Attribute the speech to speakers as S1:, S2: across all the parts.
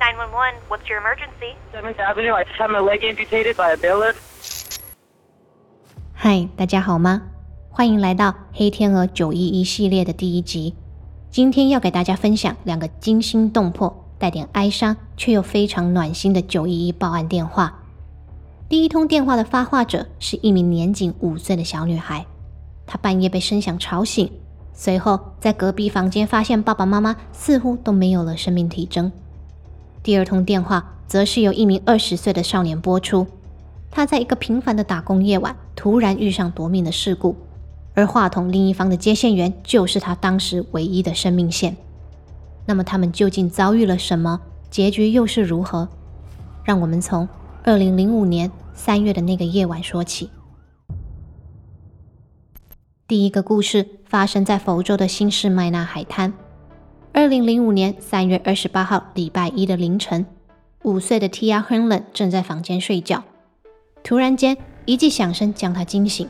S1: 911, what's your emergency?
S2: 7th Avenue, I just had my leg amputated by a bailiff.
S3: 嗨，大家好吗？欢迎来到《黑天鹅九一一》系列的第一集。今天要给大家分享两个惊心动魄、带点哀伤却又非常暖心的九一一报案电话。第一通电话的发话者是一名年仅五岁的小女孩，她半夜被声响吵醒，随后在隔壁房间发现爸爸妈妈似乎都没有了生命体征。第二通电话则是由一名二十岁的少年拨出，他在一个平凡的打工夜晚突然遇上夺命的事故，而话筒另一方的接线员就是他当时唯一的生命线。那么他们究竟遭遇了什么？结局又是如何？让我们从二零零五年三月的那个夜晚说起。第一个故事发生在佛州的新市麦纳海滩。二零零五年三月二十八号礼拜一的凌晨，五岁的 Tia Henlen 正在房间睡觉，突然间一记响声将她惊醒。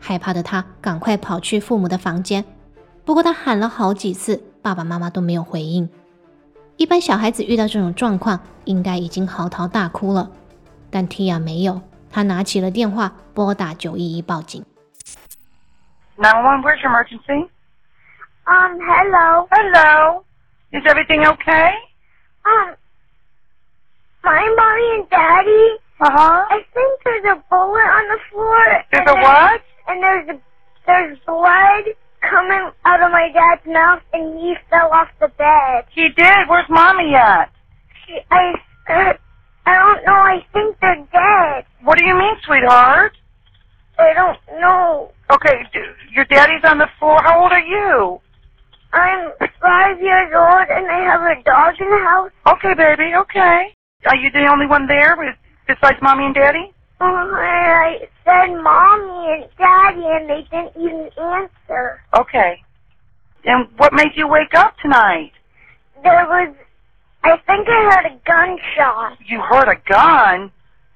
S3: 害怕的她赶快跑去父母的房间，不过她喊了好几次，爸爸妈妈都没有回应。一般小孩子遇到这种状况，应该已经嚎啕大哭了，但 Tia 没有，她拿起了电话拨打九一一报警。
S2: 911, where's your emergency?
S4: Um, hello.
S2: Hello. Is everything okay?
S4: Um, my mommy and daddy,
S2: Uh huh.
S4: I think there's a bullet on the floor.
S2: There's
S4: and
S2: a what?
S4: And there's a, there's blood coming out of my dad's mouth, and he fell off the bed.
S2: He did. Where's mommy at?
S4: She, I, I don't know. I think they're dead.
S2: What do you mean, sweetheart?
S4: I don't know.
S2: Okay, d- your daddy's on the floor. How old are you?
S4: I'm five years old, and I have a dog in the house.
S2: Okay, baby. Okay. Are you the only one there with, besides mommy and daddy?
S4: Um, and I said mommy and daddy, and they didn't even answer.
S2: Okay. And what made you wake up tonight?
S4: There was, I think I heard a gunshot.
S2: You heard a gun.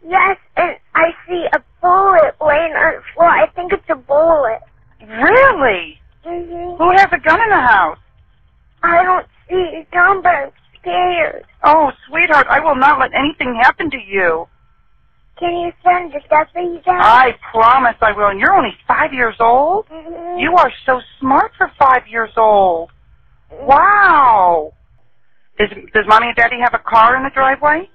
S4: Yes, and I see a bullet laying on the floor. I think it's a bullet.
S2: Really?
S4: hmm
S2: Who has a gun in the house?
S4: I don't see a gun, but I'm scared.
S2: Oh, sweetheart, I will not let anything happen to you.
S4: Can you send the deputy down?
S2: I promise I will. And you're only five years old?
S4: Mhm.
S2: You are so smart for five years old. Wow. Does, does mommy and daddy have a car in the driveway?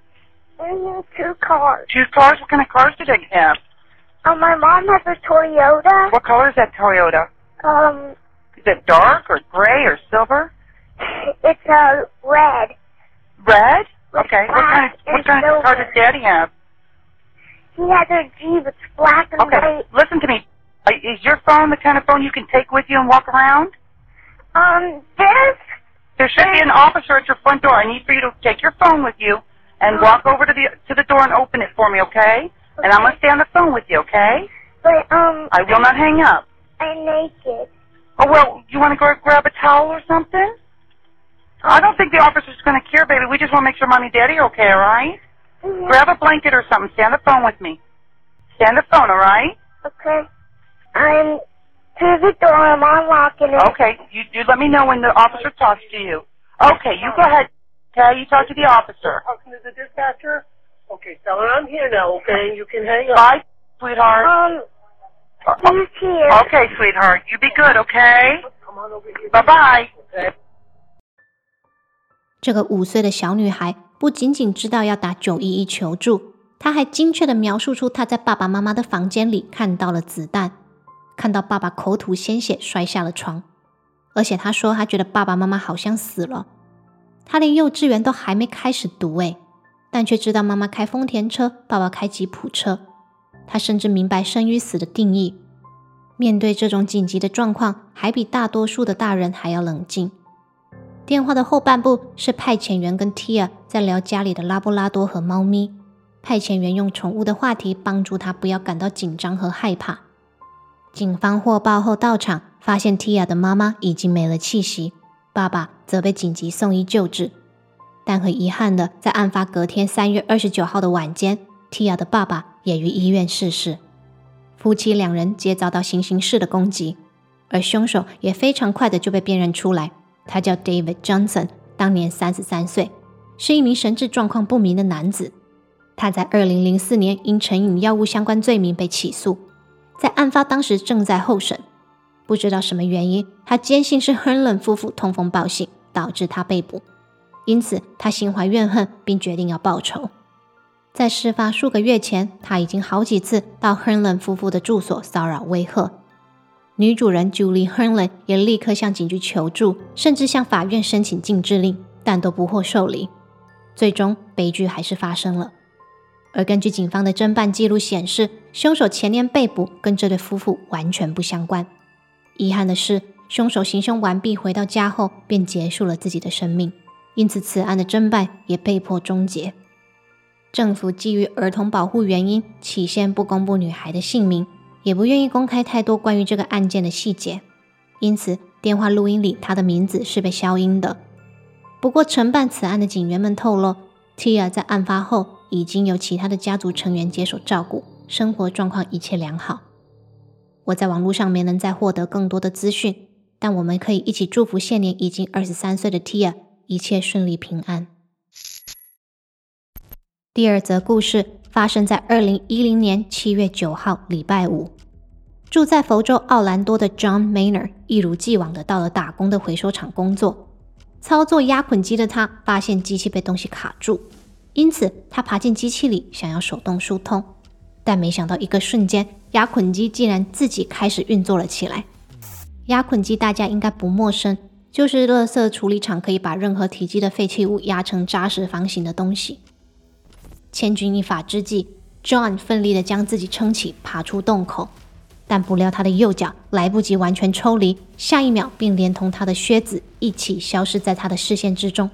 S4: Mhm, Two cars.
S2: Two cars? What kind of cars do they have?
S4: Um, my mom has a Toyota.
S2: What color is that Toyota?
S4: Um,
S2: Is it dark or gray or silver?
S4: it's a red.
S2: Red?
S4: With
S2: Okay. What kind
S4: black
S2: of, what
S4: and
S2: kind of car
S4: silver.
S2: does daddy have?
S4: He has a Jeep. It's black and
S2: Okay,
S4: white.
S2: listen to me. Uh, Is your phone the kind of phone you can take with you and walk around?
S4: Um, this.
S2: There should be an officer at your front door. I need for you to take your phone with you and walk over to the to the door and open it for me, okay? And I'm gonna stay on the phone with you, okay?
S4: But um,
S2: I will not hang up.
S4: I'm naked.
S2: Oh well, you want to go grab a towel or something? I don't think the officer's gonna care, baby. We just want to make sure mommy and daddy are okay, all right?
S4: Mhm.
S2: Grab a blanket or something. Stay on the phone with me. Stay on the phone, all right?
S4: Okay. I'm to the door. I'm unlocking it.
S2: Okay, you, you let me know when the officer talks to you. Okay, you go ahead. Okay, you talk to the officer.
S5: Hudson is a dispatcher. Okay, Stella, I'm here now, okay? You can hang up.
S2: Bye, sweetheart.
S4: Um,
S2: Oh. Uh,
S4: he's here.
S2: Okay, sweetheart. You be good, okay?
S5: Come on over here.
S2: Bye bye.
S3: 这个五岁的小女孩不仅仅知道要打九一一求助，她还精确地描述出她在爸爸妈妈的房间里看到了子弹，看到爸爸口吐鲜血摔下了床，而且她说她觉得爸爸妈妈好像死了。她连幼稚园都还没开始读诶，但却知道妈妈开丰田车，爸爸开吉普车。她甚至明白生与死的定义。面对这种紧急的状况，还比大多数的大人还要冷静。电话的后半部是派遣员跟 Tia 在聊家里的拉布拉多和猫咪。派遣员用宠物的话题帮助他不要感到紧张和害怕。警方获报后到场，发现 Tia 的妈妈已经没了气息，爸爸则被紧急送医救治。但很遗憾的，在案发隔天三月二十九号的晚间，Tia 的爸爸也于医院逝世。夫妻两人皆遭到行刑式的攻击，而凶手也非常快的就被辨认出来，他叫 David Johnson，当年三十三岁，是一名神志状况不明的男子。他在2004年因成瘾药物相关罪名被起诉，在案发当时正在候审。不知道什么原因，他坚信是亨伦夫妇通风报信导致他被捕，因此他心怀怨恨，并决定要报仇。在事发数个月前，他已经好几次到亨伦夫妇的住所骚扰威吓。女主人 Julie Herlin 也立刻向警局求助，甚至向法院申请禁制令，但都不获受理。最终，悲剧还是发生了。而根据警方的侦办记录显示，凶手前年被捕，跟这对夫妇完全不相关。遗憾的是，凶手行凶完毕回到家后便结束了自己的生命，因此此案的侦办也被迫终结。政府基于儿童保护原因，起先不公布女孩的姓名，也不愿意公开太多关于这个案件的细节，因此电话录音里她的名字是被消音的。不过，承办此案的警员们透露，Tia 在案发后已经由其他的家族成员接手照顾，生活状况一切良好。我在网络上没能再获得更多的资讯，但我们可以一起祝福现年已经二十三岁的 Tia 一切顺利平安。第二则故事发生在二零一零年七月九号礼拜五，住在佛州奥兰多的 John Maynard 一如既往的到了打工的回收厂工作。操作压捆机的他发现机器被东西卡住，因此他爬进机器里想要手动疏通，但没想到一个瞬间，压捆机竟然自己开始运作了起来。压捆机大家应该不陌生，就是垃圾处理厂可以把任何体积的废弃物压成扎实方形的东西。千钧一发之际，John 奋力地将自己撑起，爬出洞口，但不料他的右脚来不及完全抽离，下一秒并连同他的靴子一起消失在他的视线之中。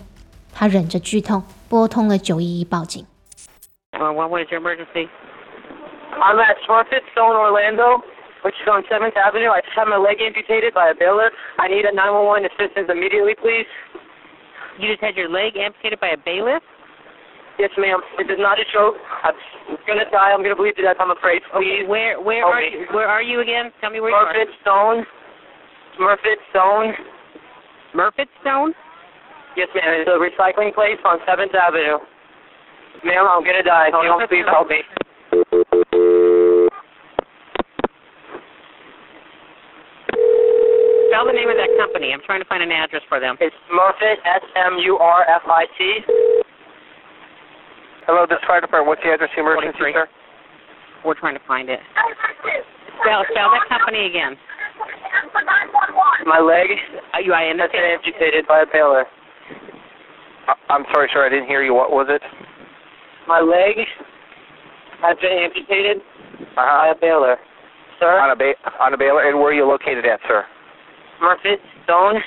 S3: 他忍着剧痛拨通了九一一报警。
S6: Well, what is your emergency?
S5: I'm at Shorefit Stone, Orlando, which is on 7th Avenue. I just had my leg amputated by a baler. I need a 911 assistance immediately, please.
S6: You just had your leg amputated by a bailiff?
S5: Yes, ma'am. This is not a joke. I'm going to die. I'm going to bleed to death, I'm afraid. Please.
S6: Oh, Where where
S5: Help
S6: are
S5: me.
S6: you where are you again? Tell me where
S5: Shorefit Stone. Smurfit Stone.
S6: you are. Murfitstone?
S5: Yes, ma'am. It's a recycling place on 7th Avenue. Ma'am, I'm going to die. Can you please help me?
S6: Spell the name of that company. I'm trying to find an address for them.
S5: It's Smurfit, S-M-U-R-F-I-T. Hello, this fire department. What's the address of the emergency,
S6: 23.
S5: sir?
S6: We're trying to find it. Spell spell that company again.
S5: My leg
S6: Are you I
S5: has been
S6: understand
S5: amputated by a baler.
S7: Uh,
S5: I'm sorry, sir. I didn't hear you. What was it? My leg has been amputated
S7: Uh,
S5: by a baler. Sir?
S7: on a ba- on a baler, and where are you located at, sir?
S5: Smurfit Stone,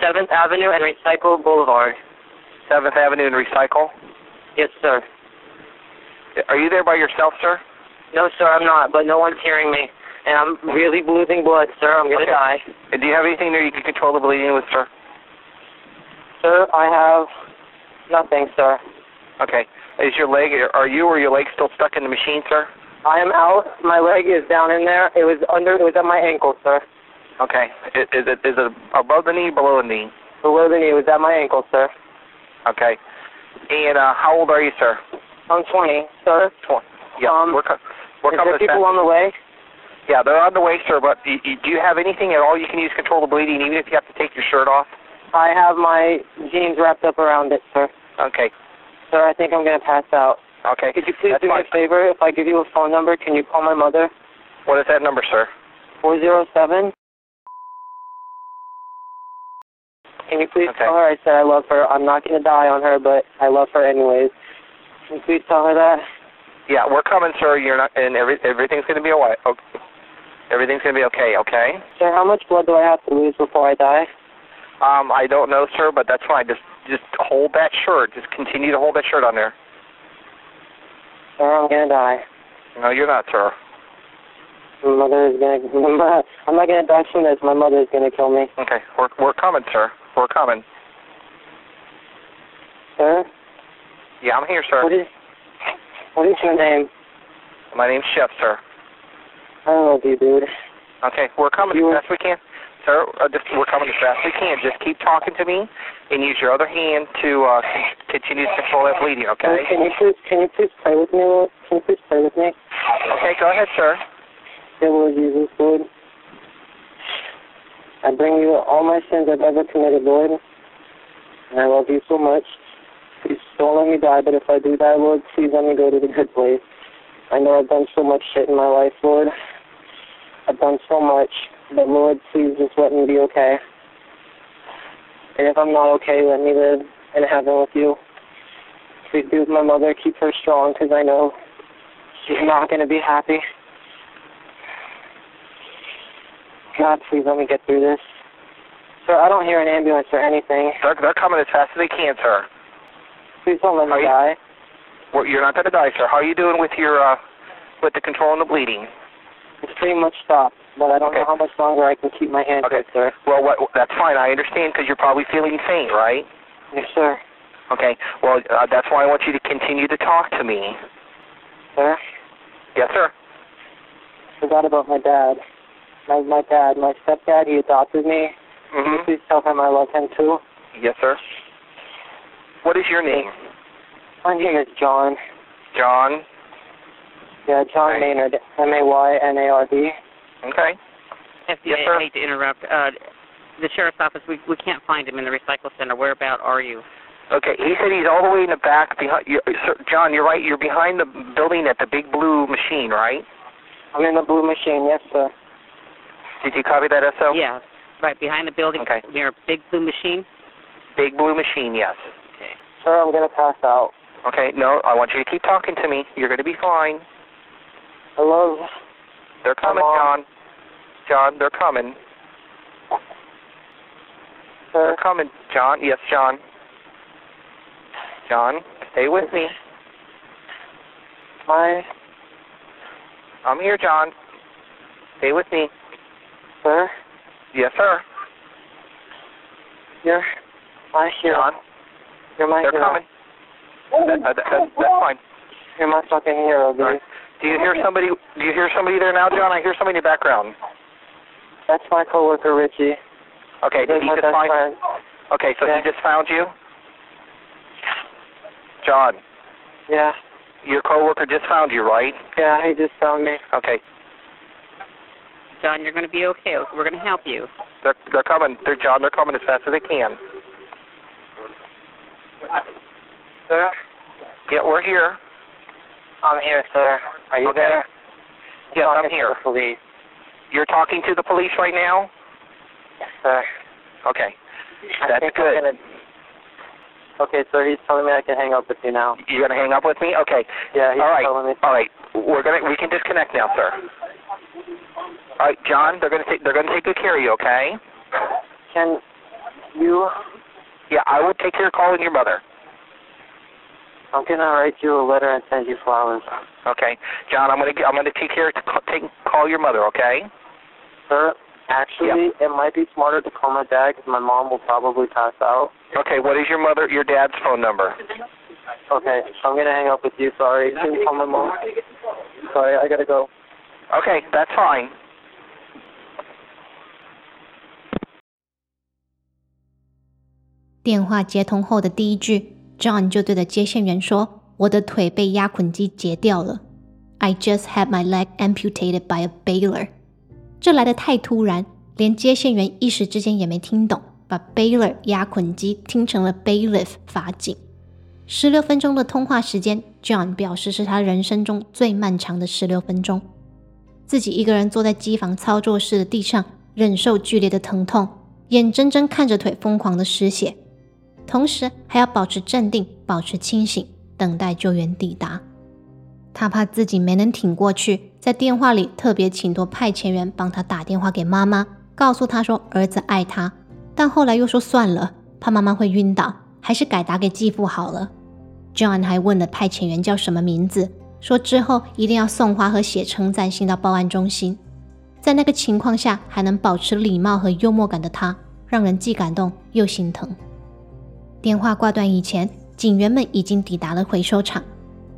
S5: 7th Avenue and Recycle Boulevard.
S7: Seventh Avenue and Recycle.
S5: Yes, sir.
S7: Are you there by yourself, sir?
S5: No, sir, I'm not, but no one's hearing me. And I'm really losing blood, sir. I'm going to
S7: Okay.
S5: die.
S7: And do you have anything there you can control the bleeding with, sir?
S5: Sir, I have nothing, sir.
S7: Okay. Is your leg? Are you or your leg still stuck in the machine, sir?
S5: I am out. My leg is down in there. It was under. It was at my ankle, sir.
S7: Okay. Is, is it is it above the knee, below the knee?
S5: Below the knee. It was at my ankle, sir.
S7: Okay. And uh, how old are you, sir?
S5: I'm 20, sir.
S7: Twenty. Yeah.
S5: Um,
S7: we're co- we're
S5: Is there
S7: coming. to
S5: people on the way?
S7: that. Yeah, they're on the way, sir. But y y do you have anything at all you can use to control the bleeding, even if you have to take your shirt off?
S5: I have my jeans wrapped up around it, sir.
S7: Okay.
S5: Sir, I think I'm gonna pass out.
S7: Okay.
S5: Could you please
S7: That's
S5: do me
S7: fine.
S5: a favor? If I give you a phone number, can you call my mother?
S7: What is that number, sir?
S5: Four zero seven. Can you please
S7: Okay.
S5: tell her I said I love her? I'm not gonna die on her, but I love her anyways. Can you please tell her that?
S7: Yeah, we're coming, sir. You're not, and every, everything's going to be alright. Okay. Everything's going to be okay. Okay.
S5: Sir, how much blood do I have to lose before I die?
S7: Um, I don't know, sir, but that's fine. Just, just hold that shirt. Just continue to hold that shirt on there.
S5: Sir, I'm gonna die.
S7: No, you're not, sir.
S5: My mother is gonna. I'm not gonna die from this. My mother is gonna kill me.
S7: Okay. We're, we're coming, sir. We're coming.
S5: Sir,
S7: Yeah, I'm here, sir.
S5: what is what is your name?
S7: My name's Chef, sir.
S5: I love you, dude.
S7: Okay, we're coming
S5: You-
S7: as best we can. sir, uh, just, we're coming as fast as we can. Just keep talking to me and use your other hand to uh, con- continue to control that bleeding, okay?
S5: Can you please can you please play with me? a little? Can you please play with me?
S7: Okay, go ahead, sir.
S5: Dear Lord Jesus, Lord, I bring you all my sins I've ever committed, Lord, and I love you so much. Please don't let me die, but if I do die, Lord, please let me go to the good place. I know I've done so much shit in my life, Lord. I've done so much, but Lord, please just let me be okay. And if I'm not okay, let me live in heaven with you. Please be with my mother. Keep her strong, because I know she's not going to be happy. God, please let me get through this. Sir, I don't hear an ambulance or anything.
S7: They're, they're coming as fast as they can, sir.
S5: Please don't let
S7: Are
S5: me
S7: you-
S5: die.
S7: We're, you're not going to die, sir. How are you doing with your uh, with the control and the bleeding?
S5: It's pretty much stopped, but I don't
S7: Okay.
S5: know how much longer I can keep my hand
S7: Okay.
S5: up, sir.
S7: Well, what, that's fine. I understand because you're probably feeling faint, right?
S5: Yes, sir.
S7: Okay. Well, uh, that's why I want you to continue to talk to me.
S5: Sir,
S7: Yes, sir.
S5: forgot about my dad. My, my dad, my stepdad, he adopted me. Can you
S7: Mhm.
S5: Please tell him I love him, too.
S7: Yes, sir. What is your name?
S5: My name is John.
S7: John.
S5: Yeah, John
S7: Right.
S5: Maynard, M-A-Y-N-A-R-D.
S7: Okay.
S6: If
S7: Yes,
S6: I
S7: sir.
S6: hate to interrupt, uh, the sheriff's office, we we can't find him in the recycle center. Whereabout are you?
S7: Okay. He said he's all the way in the back behind. You, uh, sir, John, you're right. You're behind the building at the big blue machine, right?
S5: I'm in the blue machine, yes, sir.
S7: Did you copy that, SO?
S6: Yeah, right behind the building
S7: Okay.
S6: near a big blue machine.
S7: Big blue machine. Yes.
S5: Sir, I'm going to pass out.
S7: Okay. No, I want you to keep talking to me. You're going to be fine.
S5: I love,
S7: They're coming, John.
S5: on.
S7: John, they're coming.
S5: sir.
S7: They're coming, John. Yes, John. John, stay with me.
S5: My,
S7: I'm here, John. Stay with me.
S5: sir,
S7: Yes, sir.
S5: you're my hero.
S7: John,
S5: You're my
S7: they're
S5: hero.
S7: coming. That, that, that, that's fine.
S5: You're my fucking hero, dude.
S7: All right. Do you hear somebody? Do you hear somebody there now, John? I hear somebody in the background.
S5: That's my coworker Richie.
S7: Okay, did
S5: He's
S7: he
S5: my
S7: just
S5: best
S7: find?
S5: friend.
S7: Okay, so
S5: Yeah.
S7: he just found you, John.
S5: Yeah,
S7: Your coworker just found you, right?
S5: yeah, he just found me.
S7: Okay,
S6: John, you're going to be okay. We're going to help you.
S7: they're they're coming. They're John. They're coming as fast as they can.
S5: Sir,
S7: Yeah, we're here.
S5: I'm here, sir. Are you
S7: Okay.
S5: there?
S7: Yes,
S5: talking
S7: I'm
S5: to
S7: here.
S5: The police.
S7: You're talking to the police right now.
S5: Yes, sir.
S7: Okay,
S5: I
S7: that's
S5: think
S7: good.
S5: I'm gonna... Okay, sir. He's telling me I can hang up with you now.
S7: You're gonna hang up with me? Okay.
S5: Yeah, he's
S7: All right.
S5: telling me.
S7: All right. We're gonna we can disconnect now, sir. All right, John. They're gonna take they're gonna take good care of you. Okay.
S5: Can you?
S7: Yeah, I will take your call and your mother.
S5: I'm gonna write you a letter and send you flowers.
S7: Okay, John. I'm gonna I'm gonna take care to ca- take call your mother. Okay.
S5: Sir, actually, it might be smarter to call my dad because my mom will probably pass out.
S7: Okay. What is your mother your dad's phone number?
S5: Okay, I'm gonna hang up with you. Sorry, can you call my mom? Sorry, I gotta go.
S7: Okay, that's fine.
S3: 电话接通后的第一句，John 就对着接线员说：“我的腿被压捆机截掉了。”I just had my leg amputated by a baler。这来的太突然，连接线员一时之间也没听懂，把 baler 压捆机听成了 bailiff 法警。十六分钟的通话时间，John 表示是他人生中最漫长的十六分钟。自己一个人坐在机房操作室的地上，忍受剧烈的疼痛，眼睁睁看着腿疯狂的失血，同时还要保持镇定，保持清醒，等待救援抵达。他怕自己没能挺过去，在电话里特别请托派遣员帮他打电话给妈妈，告诉他说儿子爱他，但后来又说算了，怕妈妈会晕倒，还是改打给继父好了。John 还问了派遣员叫什么名字，说之后一定要送花和写称赞信到报案中心。在那个情况下，还能保持礼貌和幽默感的他，让人既感动又心疼。电话挂断以前，警员们已经抵达了回收场，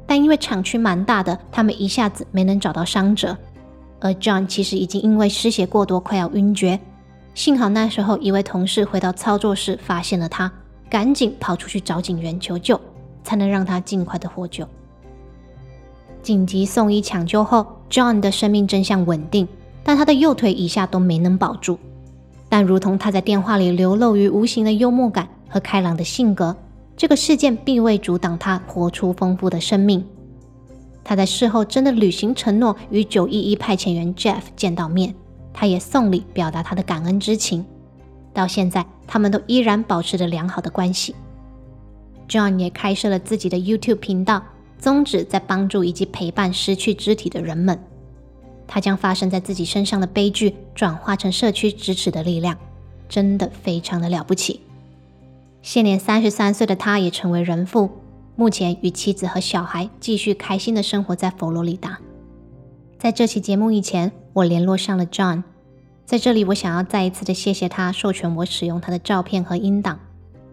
S3: 但因为厂区蛮大的，他们一下子没能找到伤者。而 John 其实已经因为失血过多快要晕厥，幸好那时候一位同事回到操作室发现了他，赶紧跑出去找警员求救，才能让他尽快的获救。紧急送医抢救后，John 的生命真相稳定，但他的右腿以下都没能保住。但如同他在电话里流露于无形的幽默感和开朗的性格，这个事件并未阻挡他活出丰富的生命。他在事后真的履行承诺，与九一一派遣员 Jeff 见到面，他也送礼表达他的感恩之情。到现在，他们都依然保持着良好的关系。John 也开设了自己的 YouTube 频道，宗旨在帮助以及陪伴失去肢体的人们。他将发生在自己身上的悲剧转化成社区支持的力量，真的非常的了不起。现年三十三岁的他也成为人父，目前与妻子和小孩继续开心的生活在佛罗里达。在这期节目以前，我联络上了 John，在这里我想要再一次的谢谢他授权我使用他的照片和音档。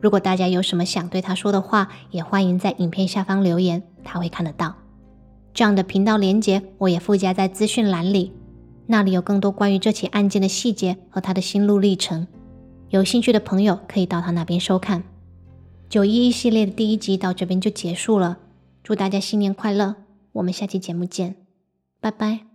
S3: 如果大家有什么想对他说的话，也欢迎在影片下方留言，他会看得到。这样的频道连接我也附加在资讯栏里，那里有更多关于这起案件的细节和他的心路历程。有兴趣的朋友可以到他那边收看。九一一系列的第一集到这边就结束了，祝大家新年快乐，我们下期节目见，拜拜。